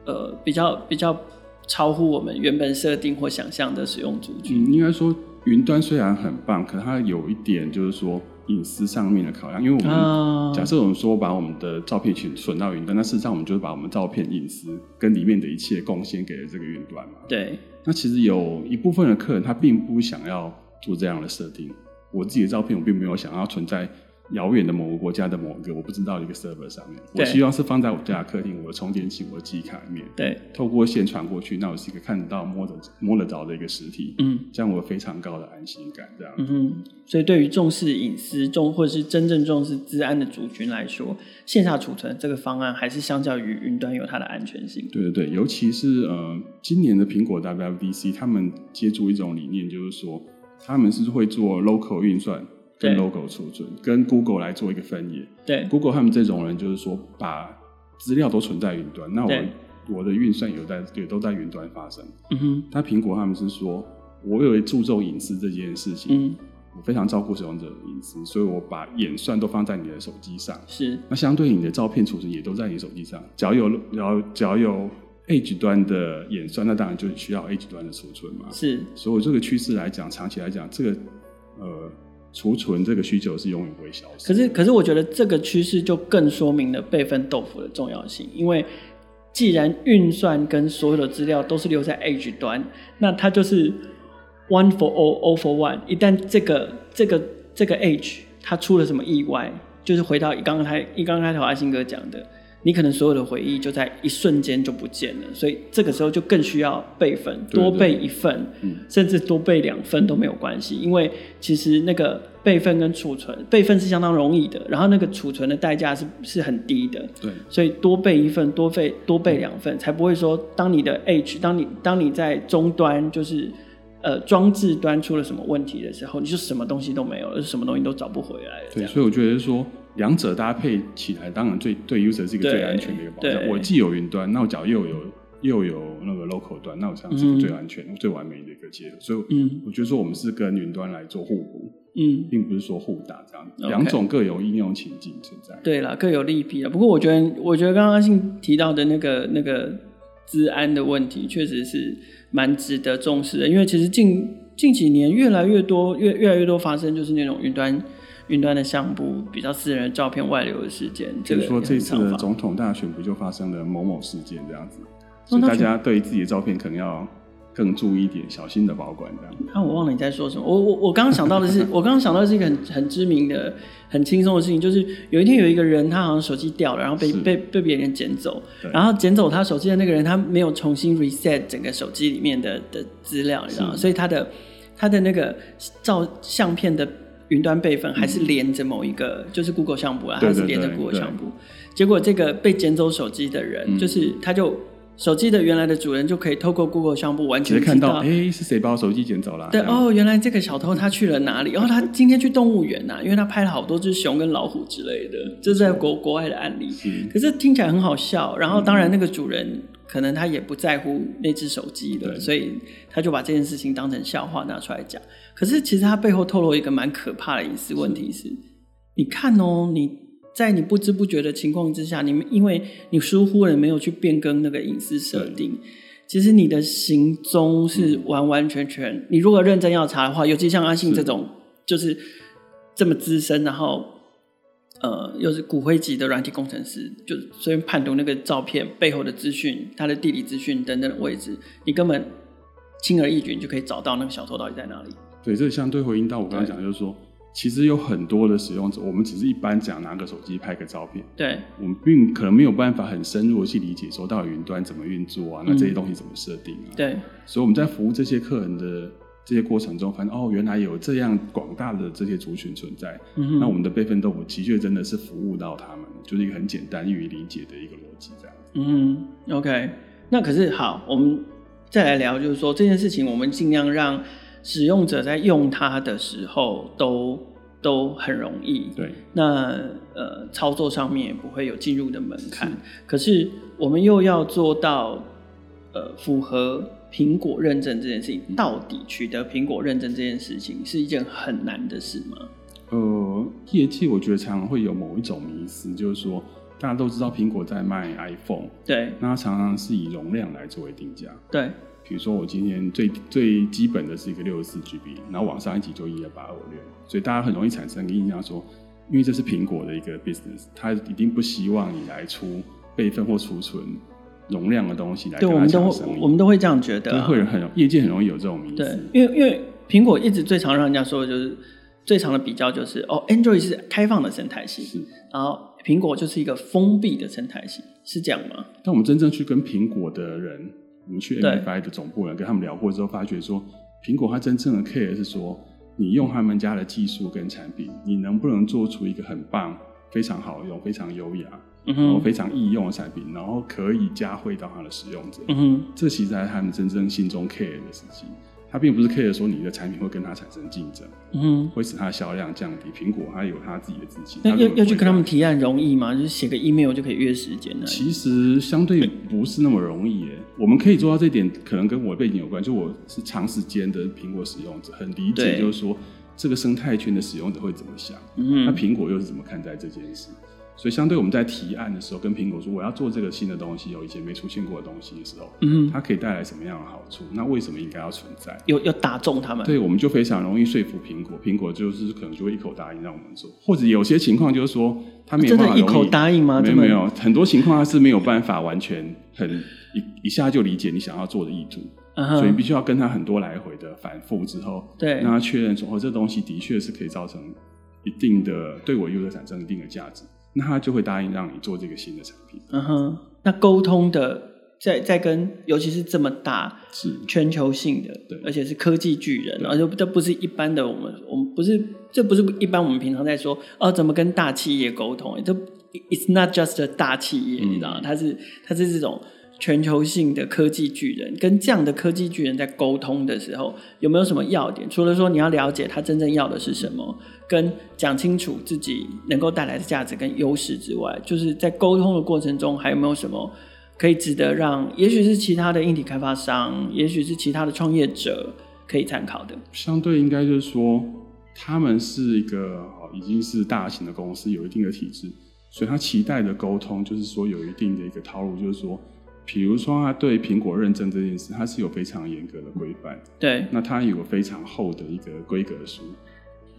Speaker 1: 呃比较比较超乎我们原本设定或想象的使用族群。
Speaker 2: 嗯，应该说云端虽然很棒，可它有一点就是说隐私上面的考量，因为我们、
Speaker 1: 啊
Speaker 2: 嗯假设我们说把我们的照片存存到云端，那事实上我们就是把我们照片隐私跟里面的一切贡献给了这个云端嘛。
Speaker 1: 对，
Speaker 2: 那其实有一部分的客人他并不想要做这样的设定，我自己的照片我并没有想要存在遥远的某个国家的某个我不知道的一个 server 上面，我
Speaker 1: 对
Speaker 2: 希望是放在我家的客厅、我的充电器、我的记忆卡里面，
Speaker 1: 对，
Speaker 2: 透过线传过去，那我是一个看得到、摸得摸得着的一个实体，
Speaker 1: 嗯
Speaker 2: 这样我有非常高的安心感，这样。
Speaker 1: 嗯哼。所以对于重视隐私重或者是真正重视治安的族群来说，线下储存这个方案还是相较于云端有它的安全性。
Speaker 2: 对对对，尤其是呃，今年的苹果 WWDC，他们接触一种理念，就是说他们是会做 local 运算跟
Speaker 1: 对
Speaker 2: local 储存，跟 Google 来做一个分野。
Speaker 1: 对，
Speaker 2: Google 他们这种人就是说把资料都存在云端，那
Speaker 1: 对
Speaker 2: 我我的运算有在也都在云端发生。
Speaker 1: 嗯哼，
Speaker 2: 但苹果他们是说，我有注重隐私这件事情，
Speaker 1: 嗯，
Speaker 2: 我非常照顾使用者的隐私，所以我把演算都放在你的手机上。
Speaker 1: 是，
Speaker 2: 那相对你的照片储存也都在你手机上，只要有只要只要有 Edge 端的演算，那当然就需要 Edge 端的储存嘛。
Speaker 1: 是，
Speaker 2: 所以我这个趋势来讲，长期来讲，这个呃储存这个需求是永远不会消失。
Speaker 1: 可是，可是我觉得这个趋势就更说明了备份豆腐的重要性，因为既然运算跟所有的资料都是留在 Edge 端，那它就是 one for all, all for one。一旦这个这个这个 Edge 它出了什么意外，就是回到刚刚开一刚开头阿信哥讲的，你可能所有的回忆就在一瞬间就不见了，所以这个时候就更需要备份，
Speaker 2: 对
Speaker 1: 多
Speaker 2: 对嗯
Speaker 1: 备一份，甚至多备两份都没有关系，因为其实那个备份跟储存，备份是相当容易的，然后那个储存的代价是是很低的，
Speaker 2: 对，
Speaker 1: 所以多备一份，多备多备两份，才不会说当你的 H，当你当你在终端就是呃装置端出了什么问题的时候，你就什么东西都没有了，什么东西都找不回来了，这
Speaker 2: 对，
Speaker 1: 样
Speaker 2: 所以我觉得说两者搭配起来，当然最对 user 是一个最
Speaker 1: 对
Speaker 2: 安全的一个保障。
Speaker 1: 对
Speaker 2: 我既有云端，那我只要又有又有那个 local 端，那我这样是一个最安全、最完美的一个结合。所以
Speaker 1: 嗯
Speaker 2: 我觉得说我们是跟云端来做互补，
Speaker 1: 嗯。
Speaker 2: 并不是说互打这样，
Speaker 1: OK
Speaker 2: 两种各有应用情境存在。
Speaker 1: 对啦，各有利弊啊。不过我觉得，我觉得刚刚阿信提到的那个那个治安的问题，确实是蛮值得重视的。因为其实近近几年越来越多，越越来越多发生就是那种云端云端的相簿比较私人的照片外流的事件。
Speaker 2: 比
Speaker 1: 这
Speaker 2: 如
Speaker 1: 个
Speaker 2: 说
Speaker 1: 也
Speaker 2: 这
Speaker 1: 很
Speaker 2: 次
Speaker 1: 常
Speaker 2: 的
Speaker 1: 发
Speaker 2: 总统大选不就发生了某某事件这样子，所
Speaker 1: 总统
Speaker 2: 以
Speaker 1: 大
Speaker 2: 大
Speaker 1: 选
Speaker 2: 家对自己的照片可能要更注意一点，小心的保管这样。
Speaker 1: 啊，我忘了你在说什么。我我我刚刚想到的 是，我刚刚想到的是一个很很知名的、很轻松的事情，就是有一天有一个人，他好像手机掉了，然后被
Speaker 2: 是
Speaker 1: 被被别人捡走，
Speaker 2: 对
Speaker 1: 然后捡走他手机的那个人，他没有重新 reset 整个手机里面的的资料，你知道吗？
Speaker 2: 是
Speaker 1: 所以他的他的那个照相片的云端备份还是连着某一个，就是 Google 相簿啦，
Speaker 2: 嗯
Speaker 1: 啊
Speaker 2: 对
Speaker 1: 还
Speaker 2: 对
Speaker 1: 是连着
Speaker 2: 对
Speaker 1: Google
Speaker 2: 对嗯
Speaker 1: 相簿。结果这个被捡走手机的人，就是他就。手机的原来的主人就可以透过 Google 相簿完
Speaker 2: 直
Speaker 1: 全
Speaker 2: 接看
Speaker 1: 知
Speaker 2: 到，
Speaker 1: 道，
Speaker 2: 哎、是谁把我手机捡走了？啊
Speaker 1: 对
Speaker 2: 这样
Speaker 1: 哦，原来这个小偷他去了哪里？哦，他今天去动物园呐、因为他拍了好多只熊跟老虎之类的，这是在国国外的案例。
Speaker 2: 是
Speaker 1: 可是听起来很好笑，然后当然那个主人可能他也不在乎那只手机了，
Speaker 2: 对
Speaker 1: 所以他就把这件事情当成笑话拿出来讲。可是其实他背后透露一个蛮可怕的隐私问题是，你看哦，你在你不知不觉的情况之下，你们因为你疏忽了没有去变更那个隐私设定，其实你的行踪是完完全全，你如果认真要查的话，尤其像阿信这种，就是这么资深，然后呃又是骨灰级的软体工程师，就所以判读那个照片背后的资讯、它的地理资讯等等的位置，你根本轻而易举你就可以找到那个小偷到底在哪里。
Speaker 2: 对，这相对回应到我刚刚讲，就是说，其实有很多的使用者，我们只是一般讲拿个手机拍个照片，
Speaker 1: 对，
Speaker 2: 我们并可能没有办法很深入的去理解说到底云端怎么运作啊，那这些东西怎么设定啊？
Speaker 1: 对，
Speaker 2: 所以我们在服务这些客人的这些过程中，发现哦，原来有这样广大的这些族群存在。
Speaker 1: 嗯哼
Speaker 2: 那我们的备份豆腐的确真的是服务到他们，就是一个很简单易于理解的一个逻辑这样子。
Speaker 1: 嗯，OK，那可是好，我们再来聊，就是说这件事情，我们尽量让使用者在用它的时候都都很容易，
Speaker 2: 对，
Speaker 1: 那呃操作上面也不会有进入的门槛。可是我们又要做到呃符合苹果认证这件事情，到底取得苹果认证这件事情是一件很难的事吗？
Speaker 2: 呃，业界我觉得常常会有某一种迷思，就是说大家都知道苹果在卖 iPhone，
Speaker 1: 对
Speaker 2: 那它常常是以容量来作为定价。
Speaker 1: 对，
Speaker 2: 比如说我今天最最基本的是一个六十四 GB，然后往上一级就一二八二六，所以大家很容易产生一个印象说，因为这是苹果的一个 business，它一定不希望你来出备份或储存容量的东西来
Speaker 1: 对，
Speaker 2: 跟
Speaker 1: 我
Speaker 2: 它
Speaker 1: 们都
Speaker 2: 抢
Speaker 1: 会
Speaker 2: 生意。
Speaker 1: 我们都会这样觉得、
Speaker 2: 都
Speaker 1: 啊，
Speaker 2: 会很容业界很容易有这种迷
Speaker 1: 对
Speaker 2: 思。，
Speaker 1: 因为因为苹果一直最常让人家说的就是最常的比较就是哦，Android 是开放的生态系，
Speaker 2: 是，
Speaker 1: 然后苹果就是一个封闭的生态系，是这样吗？
Speaker 2: 但我们真正去跟苹果的人，我们去
Speaker 1: 对
Speaker 2: MFI 的总部人跟他们聊过之后，发觉说，苹果它真正的 care 是说，你用他们家的技术跟产品，你能不能做出一个很棒、非常好用、非常优雅，
Speaker 1: 嗯
Speaker 2: 然后
Speaker 1: 哼，
Speaker 2: 哦非常易用的产品，然后可以加惠到它的使用者。
Speaker 1: 嗯哼，
Speaker 2: 这其实才是他们真正心中 care 的事情。它并不是 care 说你的产品会跟它产生竞争，
Speaker 1: 嗯哼。
Speaker 2: 会使它的销量降低。苹果它有它自己的自信，
Speaker 1: 那
Speaker 2: 它
Speaker 1: 要
Speaker 2: 根本
Speaker 1: 要
Speaker 2: 不
Speaker 1: 去跟
Speaker 2: 会
Speaker 1: 他
Speaker 2: 这
Speaker 1: 们
Speaker 2: 样
Speaker 1: 提案容易吗？就是写个 email 就可以约时间呢？
Speaker 2: 其实相对不是那么容易耶。我们可以做到这点，可能跟我的背景有关，就我是长时间的苹果使用者，很理解
Speaker 1: 对
Speaker 2: 就是说这个生态圈的使用者会怎么想，那
Speaker 1: 嗯哼，
Speaker 2: 苹果又是怎么看待这件事。所以相对我们在提案的时候，跟苹果说我要做这个新的东西，有以前没出现过的东西的时候，
Speaker 1: 嗯哼，
Speaker 2: 它可以带来什么样的好处？那为什么应该要存在？
Speaker 1: 有有打中他们。
Speaker 2: 对，我们就非常容易说服苹果，苹果就是可能就会一口答应让我们做，或者有些情况就是说他们也
Speaker 1: 哦真
Speaker 2: 办法
Speaker 1: 的一
Speaker 2: 容
Speaker 1: 口
Speaker 2: 易
Speaker 1: 答应吗？
Speaker 2: 没
Speaker 1: 这
Speaker 2: 有
Speaker 1: 么
Speaker 2: 没，有，很多情况它是没有办法完全很一一下就理解你想要做的意图，
Speaker 1: 嗯
Speaker 2: 所以你
Speaker 1: 哼，
Speaker 2: 必须要跟他很多来回的反复之后，
Speaker 1: 对
Speaker 2: 让他确认说哦，这东西的确是可以造成一定的对我 user 产生一定的价值，那他就会答应让你做这个新的产品。
Speaker 1: 嗯哼。那沟通的，在在跟，尤其是这么大，
Speaker 2: 是
Speaker 1: 全球性的，
Speaker 2: 对
Speaker 1: 而且是科技巨人，
Speaker 2: 对
Speaker 1: 而且这不是一般的我们，我们不是这不是一般我们平常在说哦，怎么跟大企业沟通？这 it's not just a 大企业，
Speaker 2: 嗯
Speaker 1: 你知道吗？它是它是这种全球性的科技巨人，跟这样的科技巨人在沟通的时候，有没有什么要点？除了说你要了解他真正要的是什么，跟讲清楚自己能够带来的价值跟优势之外，就是在沟通的过程中，还有没有什么？可以值得让，也许是其他的硬体开发商，也许是其他的创业者可以参考的。
Speaker 2: 相对应该就是说，他们是一个哦已经是大型的公司，有一定的体制，所以他期待的沟通就是说有一定的一个套路，就是说，比如说他对苹果认证这件事，它是有非常严格的规范，
Speaker 1: 对，
Speaker 2: 那它有非常厚的一个规格书。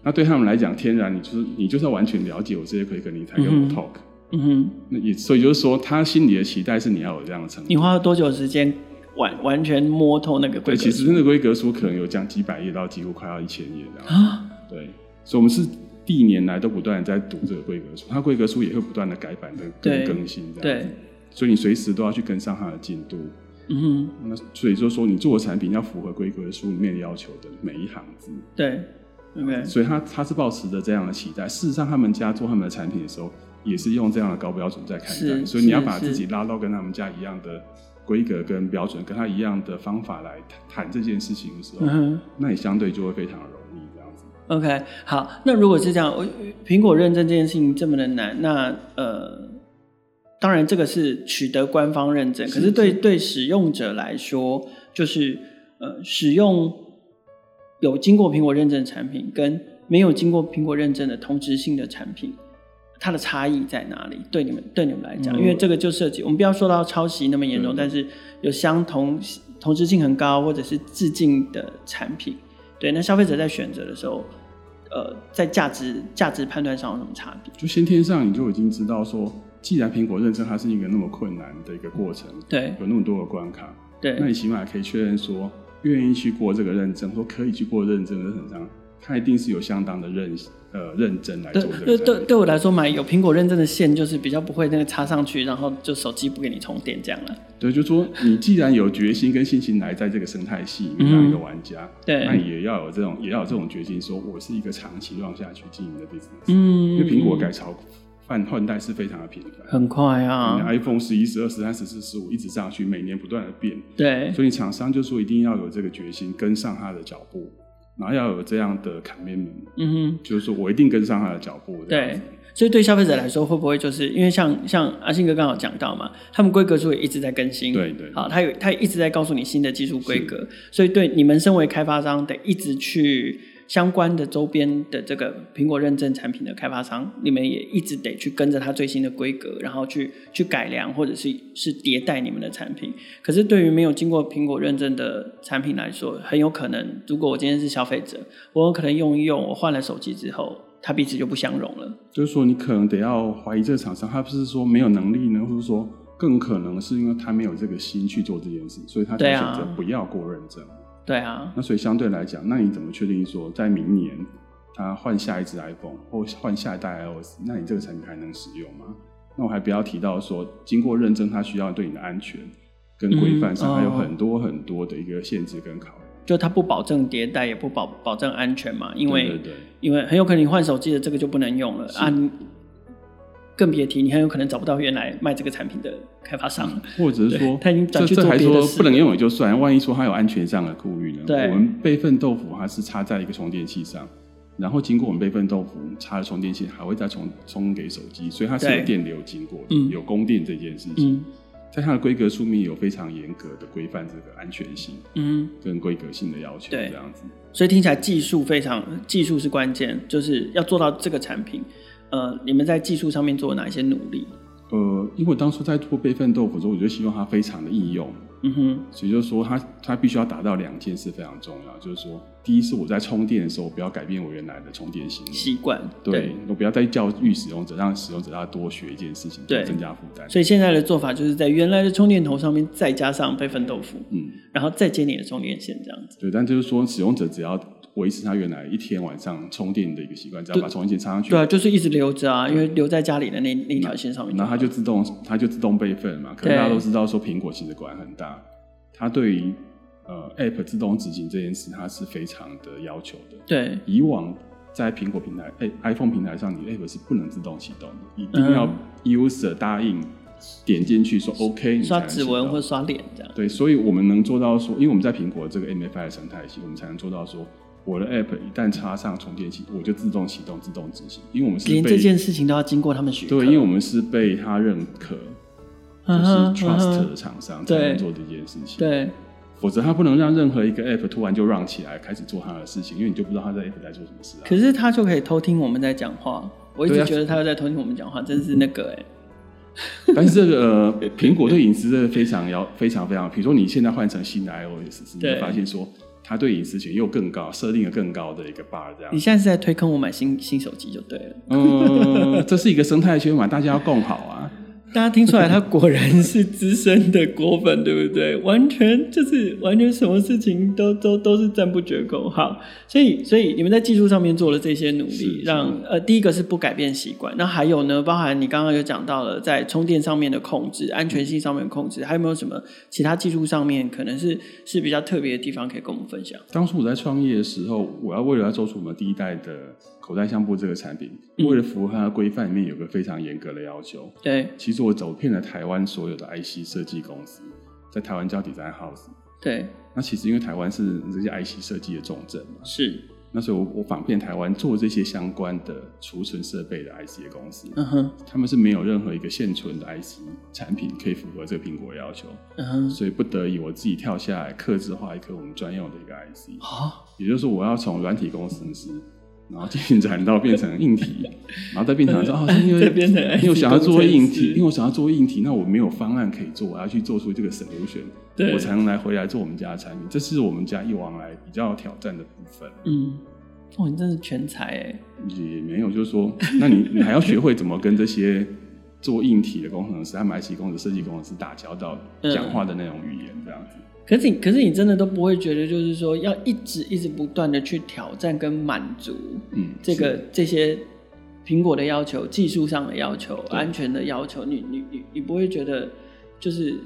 Speaker 2: 那对他们来讲，天然你就是你就是要完全了解我这些规格，你才跟我
Speaker 1: 嗯哼
Speaker 2: talk。
Speaker 1: 嗯哼，
Speaker 2: 那也所以就是说，他心里的期待是你要有这样的程度。
Speaker 1: 你花了多久时间完完全摸透那个规格？
Speaker 2: 对，其实那个规格书可能有将几百页到几乎快要一千页这样。
Speaker 1: 啊，
Speaker 2: 对，所以我们是历年来都不断地在读这个规格书，它规格书也会不断的改版跟
Speaker 1: 对
Speaker 2: 跟更新这样
Speaker 1: 对
Speaker 2: 子，，所以你随时都要去跟上它的进度。
Speaker 1: 嗯哼，
Speaker 2: 那所以就说你做的产品要符合规格书里面的要求的每一行字，
Speaker 1: 对，OK，
Speaker 2: 所以他他是抱持着这样的期待。事实上，他们家做他们的产品的时候，也是用这样的高标准在看待，
Speaker 1: 是
Speaker 2: 所以你要
Speaker 1: 是
Speaker 2: 把自
Speaker 1: 是
Speaker 2: 己拉到跟他们家一样的规格跟标准，跟他一样的方法来谈谈这件事情的时候，
Speaker 1: 嗯哼。
Speaker 2: 那你相对就会非常容易这样子。
Speaker 1: OK，好，那如果是这样，我苹果认证这件事情这么的难，那呃，当然这个是取得官方认证，
Speaker 2: 是
Speaker 1: 可是对
Speaker 2: 是
Speaker 1: 对使用者来说，就是呃，使用有经过苹果认证的产品跟没有经过苹果认证的同质性的产品，它的差异在哪里？对你们对你们来讲，因为这个就涉及我们不要说到抄袭那么严重，
Speaker 2: 对
Speaker 1: 但是有相同同质性很高或者是致敬的产品，对，那消费者在选择的时候，呃，在价值价值判断上有什么差别？
Speaker 2: 就先天上你就已经知道说，既然苹果认证它是一个那么困难的一个过程，
Speaker 1: 对
Speaker 2: 有那么多个关卡，那
Speaker 1: 对
Speaker 2: 你起码可以确认说，愿意去过这个认证，说可以去过认证的人上，他一定是有相当的认呃认真来
Speaker 1: 对
Speaker 2: 做这
Speaker 1: 对
Speaker 2: 个
Speaker 1: 对
Speaker 2: 产品。
Speaker 1: 对我来说，买有苹果认证的线就是比较不会那个插上去，然后就手机不给你充电这样了。
Speaker 2: 对，就说你既然有决心跟信心来在这个生态系里
Speaker 1: 嗯
Speaker 2: 面当一个玩家，
Speaker 1: 对
Speaker 2: 那你也要有这种也要有这种决心，说我是一个长期让下去经营的 business，、
Speaker 1: 嗯，
Speaker 2: 因为苹果改朝换换代是非常的频繁。
Speaker 1: 很快
Speaker 2: 你的
Speaker 1: 啊，
Speaker 2: iPhone 十一、十二、十三、十四、十五一直上去，每年不断的变，
Speaker 1: 对
Speaker 2: 所以厂商就说一定要有这个决心，跟上他的脚步，然后要有这样的 commitment，
Speaker 1: 嗯哼。
Speaker 2: 就是说我一定跟上他的脚步。这样
Speaker 1: 对
Speaker 2: 子，
Speaker 1: 所以对消费者来说，会不会就是因为像像阿信哥刚好讲到嘛，他们规格数也一直在更新，
Speaker 2: 对对
Speaker 1: 啊好，他有他一直在告诉你新的技术规格，所以对你们身为开发商，得一直去相关的周边的这个苹果认证产品的开发商，你们也一直得去跟着它最新的规格，然后去去改良或者是是迭代你们的产品。可是对于没有经过苹果认证的产品来说，很有可能，如果我今天是消费者，我有可能用一用，我换了手机之后，它彼此就不相容了。
Speaker 2: 就是说你可能得要怀疑这个厂商，他不是说没有能力呢，或者说更可能是因为他没有这个心去做这件事，所以他
Speaker 1: 对
Speaker 2: 才
Speaker 1: 啊
Speaker 2: 选择不要过认证。
Speaker 1: 对啊，
Speaker 2: 那所以相对来讲，那你怎么确定说在明年他换下一只 iPhone 或换下一代 iOS，那你这个产品还能使用吗？那我还不要提到说，经过认证，它需要对你的安全跟规范
Speaker 1: 嗯哦
Speaker 2: 上，还有很多很多的一个限制跟考量。
Speaker 1: 就它不保证迭代，也不保保证安全嘛，因为
Speaker 2: 对对对
Speaker 1: 因为很有可能你换手机的这个就不能用了啊，你更别提你很有可能找不到原来卖这个产品的开发商了。
Speaker 2: 或者是
Speaker 1: 对，
Speaker 2: 说
Speaker 1: 他已经转
Speaker 2: 这
Speaker 1: 去
Speaker 2: 这
Speaker 1: 做
Speaker 2: 还
Speaker 1: 别的
Speaker 2: 说
Speaker 1: 事
Speaker 2: 不能用也就算，万一说它有安全上的顾虑呢？
Speaker 1: 对
Speaker 2: 我们备份豆腐它是插在一个充电器上，然后经过我们备份豆腐插了充电器，还会再充充给手机，所以它是
Speaker 1: 对
Speaker 2: 有电流经过的，
Speaker 1: 嗯
Speaker 2: 有供电这件事情，
Speaker 1: 嗯
Speaker 2: 在它的规格书面有非常严格的规范这个安全性
Speaker 1: 嗯，
Speaker 2: 跟规格性的要求，
Speaker 1: 对
Speaker 2: 这样子。
Speaker 1: 所以听起来技术非常，技术是关键，就是要做到这个产品。呃，你们在技术上面做了哪一些努力？
Speaker 2: 呃，因为我当初在做备份豆腐的时候，我就希望它非常的易用，
Speaker 1: 嗯哼，
Speaker 2: 所以就是说它它必须要达到两件事非常重要，就是说，第一是我在充电的时候不要改变我原来的充电行为，
Speaker 1: 习惯
Speaker 2: 对，我不要再教育使用者，让使用者他多学一件事情，
Speaker 1: 对
Speaker 2: 增加负担。
Speaker 1: 所以现在的做法就是在原来的充电头上面再加上备份豆腐，
Speaker 2: 嗯，
Speaker 1: 然后再接你的充电线这样子。
Speaker 2: 对，但就是说，使用者只要维持他原来一天晚上充电的一个习惯，只要
Speaker 1: 对
Speaker 2: 把充电线插上去，
Speaker 1: 对啊，就是一直留着啊，因为留在家里的那那条线上面就
Speaker 2: 然
Speaker 1: 好。
Speaker 2: 后它就自动它就自动备份嘛。可
Speaker 1: 对
Speaker 2: 能大家都知道说，苹果其实管很大，它对于呃 App 自动执行这件事，它是非常的要求的。
Speaker 1: 对
Speaker 2: 以往在苹果平台、哎 iPhone 平台上，你的 App 是不能自动启动的，一定要 user 答应点进去说 OK，你
Speaker 1: 嗯
Speaker 2: 才
Speaker 1: 刷
Speaker 2: 能
Speaker 1: 指
Speaker 2: 启
Speaker 1: 纹
Speaker 2: 动
Speaker 1: 或刷脸这样。
Speaker 2: 对，所以我们能做到说，因为我们在苹果这个 MFI 的生态系，我们才能做到说，我的 App 一旦插上充电器，我就自动启动、自动执行，因为我们是
Speaker 1: 连
Speaker 2: 被
Speaker 1: 这件事情都要经过他们许可。
Speaker 2: 对，因为我们是被他认可，就
Speaker 1: 嗯哼
Speaker 2: 是
Speaker 1: 嗯
Speaker 2: trust
Speaker 1: 哼
Speaker 2: 的厂商才
Speaker 1: 对
Speaker 2: 能做这件事情。，
Speaker 1: 对
Speaker 2: 否则他不能让任何一个 App 突然就让起来开始做他的事情，因为你就不知道他在 App 在做什么事啊。
Speaker 1: 可是他就可以偷听我们在讲话。我一直
Speaker 2: 对啊
Speaker 1: 觉得他又在偷听我们讲话，真是那个哎、
Speaker 2: 但是这个呃，苹果对隐私真的非常要非常非常，比如说你现在换成新的 iOS，你
Speaker 1: 对
Speaker 2: 会发现说它对隐私权又更高，设定了更高的一个 bar 这样
Speaker 1: 你。现在是在推坑我买新新手机就对了。
Speaker 2: 嗯，这是一个生态圈嘛，大家要共好啊。
Speaker 1: 大家听出来，他果然是资深的果粉，对不对？完全就是完全什么事情都都都是赞不绝口。好，所以所以你们在技术上面做了这些努力
Speaker 2: 是，
Speaker 1: 让呃第一个是不改变习惯，那还有呢，包含你刚刚有讲到了在充电上面的控制、安全性上面的控制，还有没有什么其他技术上面可能是是比较特别的地方可以跟我们分享？
Speaker 2: 当初我在创业的时候，我要为了要做出我们第一代的口袋相簿这个产品，为了符合它的规范里面有个非常严格的要求。
Speaker 1: 对
Speaker 2: 其实我走遍了台湾所有的 IC 设计公司，在台湾叫 Design House。
Speaker 1: 对
Speaker 2: 那其实因为台湾是这些 IC 设计的重镇嘛，
Speaker 1: 是，
Speaker 2: 那所以我我访遍台湾做这些相关的储存设备的 IC 的公司，
Speaker 1: 嗯哼
Speaker 2: 他们是没有任何一个现存的 IC 产品可以符合这个苹果的要求。
Speaker 1: 嗯哼，
Speaker 2: 所以不得已我自己跳下来，刻制化一颗我们专用的一个 IC。
Speaker 1: 好、
Speaker 2: 也就是说，我要从软体工程师然后进展到变成硬体，然后再变成说哦，是因
Speaker 1: 再
Speaker 2: 为
Speaker 1: 变成
Speaker 2: 因为我想要做硬体，因为
Speaker 1: 为
Speaker 2: 我想要做硬体，那我没有方案可以做，我要去做出这个 solution，
Speaker 1: 对
Speaker 2: 我才能来回来做我们家的产品，这是我们家一往来比较挑战的部分。
Speaker 1: 嗯，哇，你真是全才哎，
Speaker 2: 也没有，就是说，那你你还要学会怎么跟这些做硬体的工程师、他们 IC 工程设计工程师打交道，
Speaker 1: 嗯
Speaker 2: 讲话的那种语言这样子。
Speaker 1: 可是你，可是你真的都不会觉得，就是说要一直一直不断的去挑战跟满足
Speaker 2: 嗯，
Speaker 1: 这个
Speaker 2: 是
Speaker 1: 这些苹果的要求、技术上的要求、
Speaker 2: 对
Speaker 1: 安全的要求，你你你你不会觉得就是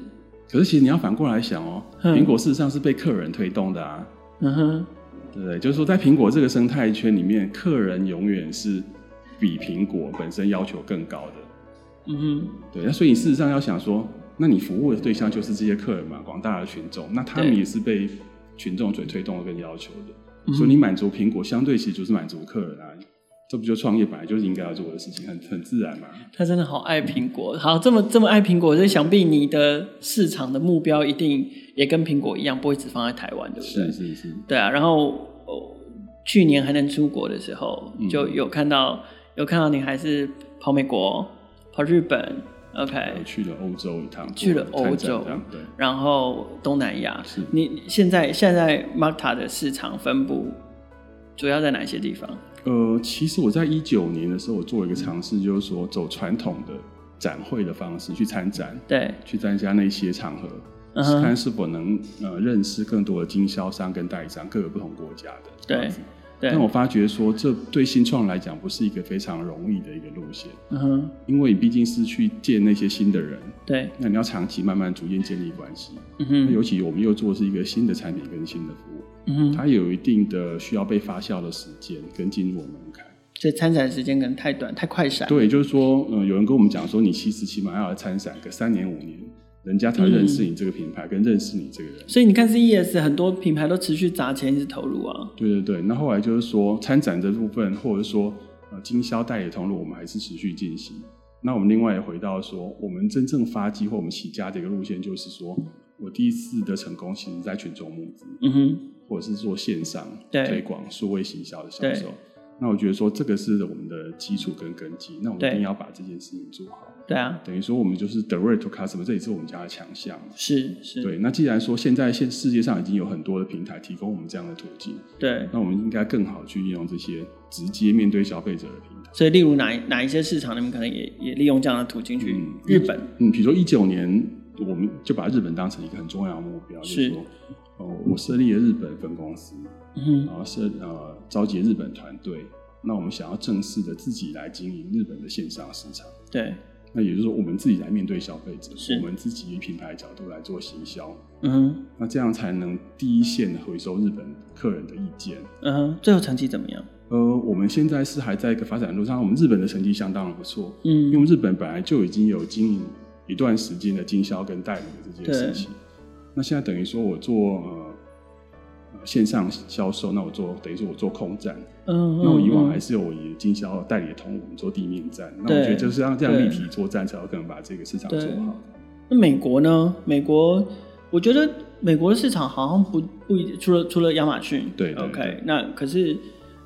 Speaker 2: 可是其实你要反过来想哦，
Speaker 1: 嗯
Speaker 2: 苹果事实上是被客人推动的啊，
Speaker 1: 嗯哼，
Speaker 2: 对不对？就是说，在苹果这个生态圈里面，客人永远是比苹果本身要求更高的。
Speaker 1: 嗯哼，
Speaker 2: 对，那所以你事实上要想说，那你服务的对象就是这些客人嘛，广大的群众，那他们
Speaker 1: 对
Speaker 2: 也是被群众所推动跟要求的，
Speaker 1: 嗯
Speaker 2: 所以你满足苹果，相对其实就是满足客人啊，这不就创业本来就是应该要做的事情，很很自然嘛。
Speaker 1: 他真的好爱苹
Speaker 2: 嗯
Speaker 1: 果，好这么这么爱苹果，这想必你的市场的目标一定也跟苹果一样，不会只放在台湾，对不对？
Speaker 2: 是是，
Speaker 1: 对啊，然后、哦、去年还能出国的时候，
Speaker 2: 嗯
Speaker 1: 就有看到、有看到你还是跑美国、跑日本
Speaker 2: 我
Speaker 1: ，OK，
Speaker 2: 去了欧洲一趟，
Speaker 1: 去了欧洲
Speaker 2: 做参展这样对，
Speaker 1: 然后东南亚
Speaker 2: 是。
Speaker 1: 你你现在现在 Marta 的市场分布主要在哪些地方？
Speaker 2: 呃，其实我在一九年的时候，我做了一个尝试，就是说走传统的展会的方式去参展，
Speaker 1: 对，
Speaker 2: 去参加那些场合，
Speaker 1: 嗯
Speaker 2: 看
Speaker 1: 哼，
Speaker 2: 是否能呃认识更多的经销商跟代理商，各个不同国家的。
Speaker 1: 对
Speaker 2: 这样子
Speaker 1: 对
Speaker 2: 但，我发觉说，这对新创来讲不是一个非常容易的一个路线，
Speaker 1: 嗯哼，
Speaker 2: 因为你毕竟是去见那些新的人，
Speaker 1: 对，
Speaker 2: 那你要长期慢慢逐渐建立关系。
Speaker 1: 嗯
Speaker 2: 那尤
Speaker 1: 哼，
Speaker 2: 其我们又做的是一个新的产品跟新的服务，
Speaker 1: 嗯哼，
Speaker 2: 它有一定的需要被发酵的时间跟进入门槛。
Speaker 1: 所以参展时间可能太短，太快闪。
Speaker 2: 对，就是说，呃，有人跟我们讲说，你其实起码要来参展个三年五年，人家才会认
Speaker 1: 嗯
Speaker 2: 识你这个品牌，跟认识你这个人。
Speaker 1: 所以你看 CES 很多品牌都持续砸钱一直投入啊，
Speaker 2: 对对对，那后来就是说参展这部分，或者说呃经销代理通路，我们还是持续进行。那我们另外也回到说，我们真正发迹或我们起家的一个路线，就是说我第一次的成功，其实在群众募资，
Speaker 1: 嗯哼，
Speaker 2: 或者是做线上
Speaker 1: 对
Speaker 2: 推广、数位行销的销
Speaker 1: 对
Speaker 2: 售。那我觉得说这个是我们的基础跟根基，那我们
Speaker 1: 对
Speaker 2: 一定要把这件事情做好。
Speaker 1: 对啊，
Speaker 2: 等于说我们就是 direct to customer，这也是我们家的强项。
Speaker 1: 是是，
Speaker 2: 对，那既然说现在现世界上已经有很多的平台提供我们这样的途径，
Speaker 1: 对
Speaker 2: 那我们应该更好去利用这些直接面对消费者的平台。
Speaker 1: 所以，例如哪一哪一些市场，你们可能也也利用这样的途径去、
Speaker 2: 嗯
Speaker 1: 日本，
Speaker 2: 嗯，比如说一九年，我们就把日本当成一个很重要的目标，就是是说，呃，我设立了日本分公司，
Speaker 1: 嗯
Speaker 2: 然后设呃召集日本团队，那我们想要正式的自己来经营日本的线上市场。
Speaker 1: 哼，对，
Speaker 2: 那也就是说，我们自己来面对消费者，
Speaker 1: 是
Speaker 2: 我们自己以品牌角度来做行销，
Speaker 1: 嗯哼，
Speaker 2: 那这样才能第一线地回收日本客人的意见。
Speaker 1: 嗯哼，最后成绩怎么样？
Speaker 2: 呃，我们现在是还在一个发展路上，我们日本的成绩相当的不错，因
Speaker 1: 嗯
Speaker 2: 为日本本来就已经有经营一段时间的经销跟代理的这件事情，那现在等于说我做呃呃线上销售，那我做等于说我做空站，
Speaker 1: 嗯，
Speaker 2: 那我以往还
Speaker 1: 是
Speaker 2: 是有我以经销代理的通路，我们做地面站，那
Speaker 1: 对
Speaker 2: 我觉得就是要这样
Speaker 1: 对
Speaker 2: 立体作战，才有可能把这个市场做
Speaker 1: 对
Speaker 2: 好。
Speaker 1: 那美国呢？美国，我觉得美国的市场好像不不一定，除了除了亚马逊，
Speaker 2: 对对
Speaker 1: o k
Speaker 2: 对
Speaker 1: 那可是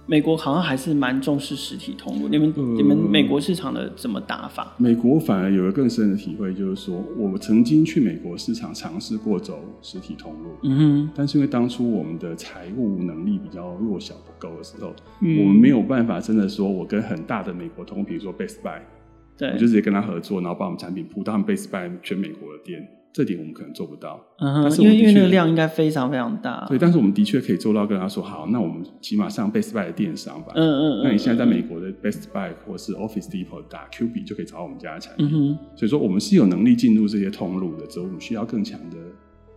Speaker 1: 美国好像还是蛮重视实体通路。你们、
Speaker 2: 嗯
Speaker 1: 你们美国市场的怎么打法？
Speaker 2: 美国反而有一个更深的体会，就是说我曾经去美国市场尝试过走实体通路，
Speaker 1: 嗯
Speaker 2: 但是因为当初我们的财务能力比较弱小不够的时候，
Speaker 1: 嗯
Speaker 2: 我们没有办法真的说，我跟很大的美国通，比如说 Best Buy，
Speaker 1: 哼，
Speaker 2: 我
Speaker 1: 对，
Speaker 2: 就直接跟他合作，然后把我们产品铺到他们 Best Buy 全美国的店，这点我们可能做不到。
Speaker 1: 嗯
Speaker 2: 但
Speaker 1: 哼，
Speaker 2: 是
Speaker 1: 因
Speaker 2: 我
Speaker 1: 为
Speaker 2: 的
Speaker 1: 因为
Speaker 2: 确
Speaker 1: 那个量应该非常非常大。
Speaker 2: 对，但是我们的确可以做到跟他说，好，那我们起码上 Best Buy 的电商吧。
Speaker 1: 嗯嗯嗯，
Speaker 2: 那你现在在美国的 Best Buy 或是 Office Depot 打 Q B 就可以找到我们家的产
Speaker 1: 嗯
Speaker 2: 品。
Speaker 1: 哼，
Speaker 2: 所以说，我们是有能力进入这些通路的，只是我们需要更强的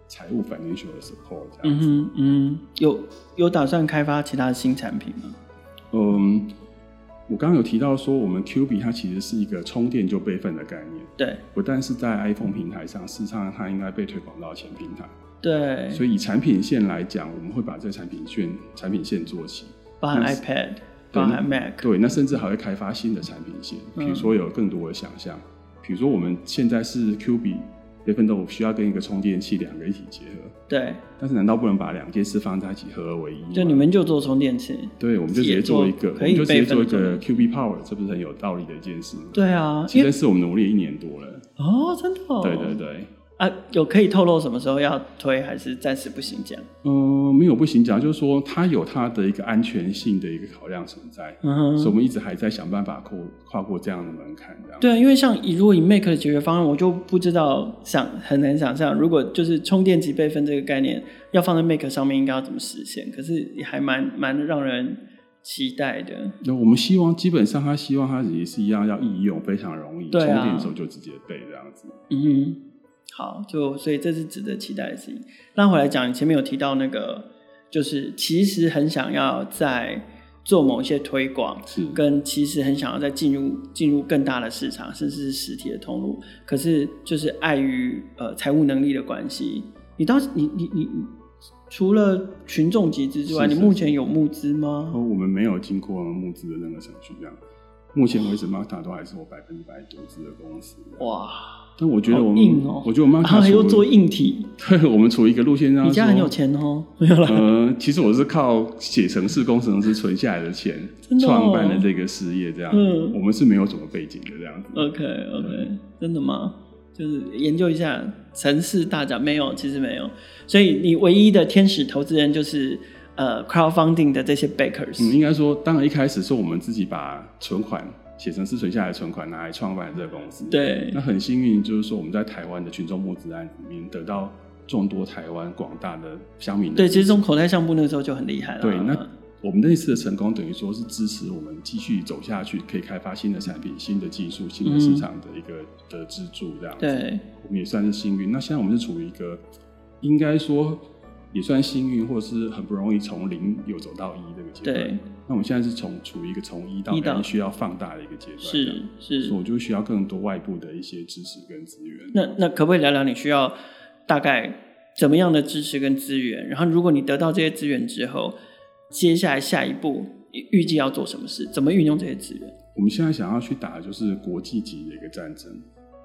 Speaker 2: 财务 financial 的 support 这
Speaker 1: 嗯
Speaker 2: 样子。
Speaker 1: 哼，嗯，有有打算开发其他的新产品吗？
Speaker 2: 嗯我刚刚有提到说，我们 Q B 它其实是一个充电就备份的概念。
Speaker 1: 对
Speaker 2: 不但是在 iPhone 平台上，事实上它应该被推广到全平台。
Speaker 1: 对，
Speaker 2: 所以以产品线来讲，我们会把这产品线产品线做起。
Speaker 1: 包含
Speaker 2: 那是
Speaker 1: iPad，包含 Mac，
Speaker 2: 对，那甚至还会开
Speaker 1: 嗯
Speaker 2: 发新的产品线，比如说有更多的想象，比如说我们现在是 Q B 这份豆腐需要跟一个充电器两个一起结合。
Speaker 1: 对，
Speaker 2: 但是难道不能把两件事放在一起合而为一吗？
Speaker 1: 就你们就做充电器。
Speaker 2: 对，我们就直接做一个，
Speaker 1: 也做
Speaker 2: 我
Speaker 1: 可以
Speaker 2: 们就直接做一
Speaker 1: 备份的
Speaker 2: 个 Q B Power，这不是很有道理的一件事吗？
Speaker 1: 对啊，
Speaker 2: 其
Speaker 1: 因为
Speaker 2: 实是我们努力一年多了。
Speaker 1: 哦，真的、哦，
Speaker 2: 对对对，
Speaker 1: 啊，有可以透露什么时候要推，还是暂时不行这样？
Speaker 2: 嗯，没有不行讲，就是说它有它的一个安全性的一个考量存在，
Speaker 1: 嗯哼
Speaker 2: 所以我们一直还在想办法跨跨过这样的门槛，这样。
Speaker 1: 对啊，因为像以如果以 Make 的解决方案，我就不知道想很难想象，如果就是充电及备份这个概念要放在 Make 上面，应该要怎么实现？可是也还蛮蛮让人期待的。
Speaker 2: 那我们希望，基本上他希望他也是一样要易用，非常容易，
Speaker 1: 对啊
Speaker 2: 充电的时候就直接备这样子。
Speaker 1: 嗯哼，好，就所以这是值得期待的事情。那回来讲，你前面有提到那个，就是其实很想要在做某些推广，
Speaker 2: 是，
Speaker 1: 跟其实很想要再进入进入更大的市场，甚至是实体的通路，可是就是碍于呃财务能力的关系，你当时你你你你除了群众集资之外，
Speaker 2: 是是
Speaker 1: 你目前有募资吗？
Speaker 2: 哦，我们没有经过募资的任何程序，这样。目前为止，Mata 都还是我百分之百独资的公司。
Speaker 1: 哇，
Speaker 2: 但我觉得我
Speaker 1: 好
Speaker 2: 们，
Speaker 1: 硬哦
Speaker 2: 我觉得我们 Mata
Speaker 1: 啊，
Speaker 2: 处于
Speaker 1: 又做，硬体，
Speaker 2: 对啊我们处于一个路线上。
Speaker 1: 你家很有。钱哦，没有啦，
Speaker 2: 呃，其实我是靠写程式工程师存下来的钱
Speaker 1: 真，的哦
Speaker 2: 创办了这个事业，这样。
Speaker 1: 嗯
Speaker 2: 我们是没有什么背景的这样子。
Speaker 1: OK OK，真的吗？就是研究一下城市大奖没有，其实没有，所以你唯一的天使投资人就是呃 crowdfunding 的这些 backers，、
Speaker 2: 嗯，应该说，当然一开始是我们自己把存款写成是存下来的存款拿来创办这个公司。。
Speaker 1: 对
Speaker 2: 那，很幸运，就是说我们在台湾的群众募资案里面得到众多台湾广大的乡民的
Speaker 1: 对，其实从口袋相簿那个时候就很厉害了。
Speaker 2: 对，那我们那次的成功，等于说是支持我们继续走下去，可以开发新的产品、新的技术、新的市场的一个、的支柱，这样子。，
Speaker 1: 嗯对，
Speaker 2: 我们也算是幸运。那现在我们是处于一个，应该说也算幸运，或者是很不容易从零有走到一这个阶段。
Speaker 1: 对，
Speaker 2: 那我们现在是从处于一个从一到
Speaker 1: 一到
Speaker 2: 零需要放大的一个阶段，这
Speaker 1: 是
Speaker 2: 样啊所以
Speaker 1: 是。
Speaker 2: 我就需要更多外部的一些支持跟资源。
Speaker 1: 那那可不可以聊聊你需要大概怎么样的支持跟资源？然后，如果你得到这些资源之后，接下来下一步预预计要做什么事？怎么运用这些资源？
Speaker 2: 我们现在想要去打的就是国际级的一个战争，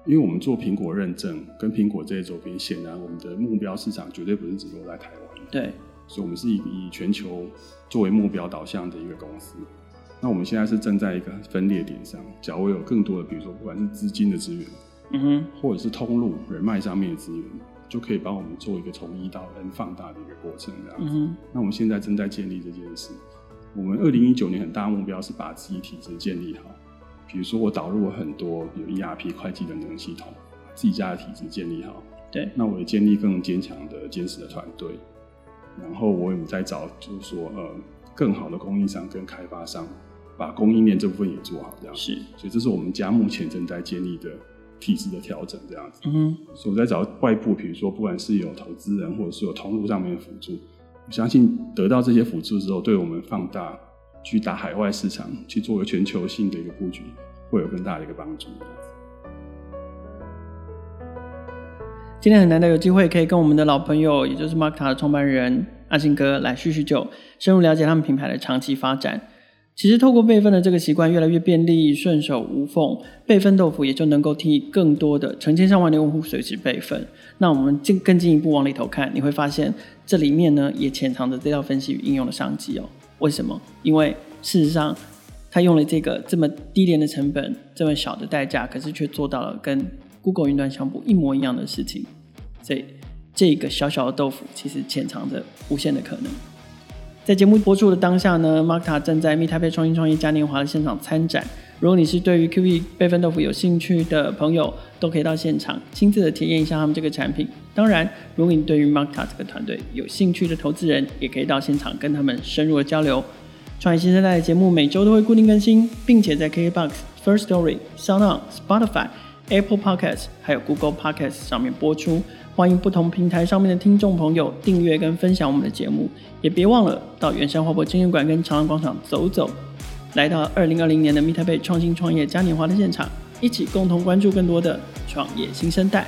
Speaker 2: 因为我们做苹果认证跟苹果这些周边，显然我们的目标市场绝对不是只落在台湾，
Speaker 1: 对，
Speaker 2: 所以我们是以以全球作为目标导向的一个公司。那我们现在是站在一个分裂点上，假如有更多的，比如说不管是资金的资源，
Speaker 1: 嗯哼，
Speaker 2: 或者是通路人脉上面的资源，就可以帮我们做一个从一到 N 放大的一个过程，这样子
Speaker 1: 嗯哼，
Speaker 2: 那我们现在正在建立这件事。我们二零一九年很大目标是把自己体制建立好，比如说我导入了很多有 ERP 会计等等系统，自己家的体制建立好。
Speaker 1: 对，
Speaker 2: 那我也建立更坚强的、坚实的团队，然后我也在找，就是说呃，更好的供应商跟开发商，把供应链这部分也做好，这样。
Speaker 1: 是，
Speaker 2: 所以这是我们家目前正在建立的体制的调整，这样子。
Speaker 1: 嗯哼，
Speaker 2: 所以我在找外部，比如说不管是有投资人或者是有通路上面的辅助，我相信得到这些辅助之后，对我们放大去打海外市场，去做个全球性的一个布局，会有更大的一个帮助。
Speaker 1: 今天很难得有机会可以跟我们的老朋友，也就是 Markta 的创办人阿信哥来叙叙旧，深入了解他们品牌的长期发展。其实透过备份的这个习惯越来越便利、顺手无缝，备份豆腐也就能够替更多的成千上万的用户随时备份。那我们进更进一步往里头看，你会发现这里面呢也潜藏着资料分析与应用的商机哦。为什么？因为事实上，他用了这个这么低廉的成本、这么小的代价，可是却做到了跟 Google 云端相簿一模一样的事情。所以这个小小的豆腐其实潜藏着无限的可能。在节目播出的当下呢，Markta 正在密台北创新创业嘉年华的现场参展。如果你是对于 Q B 备份豆腐有兴趣的朋友，都可以到现场亲自的体验一下他们这个产品。当然，如果你对于 Markta 这个团队有兴趣的投资人，也可以到现场跟他们深入的交流。创业新生代的节目每周都会固定更新，并且在 KKBOX、First Story、SoundOn、Spotify、Apple Podcast 还有 Google Podcast 上面播出。欢迎不同平台上面的听众朋友订阅跟分享我们的节目，也别忘了到圆山花博纪念馆跟长安广场走走，来到二零二零年的 Meet 台北创新创业嘉年华的现场，一起共同关注更多的创业新生代。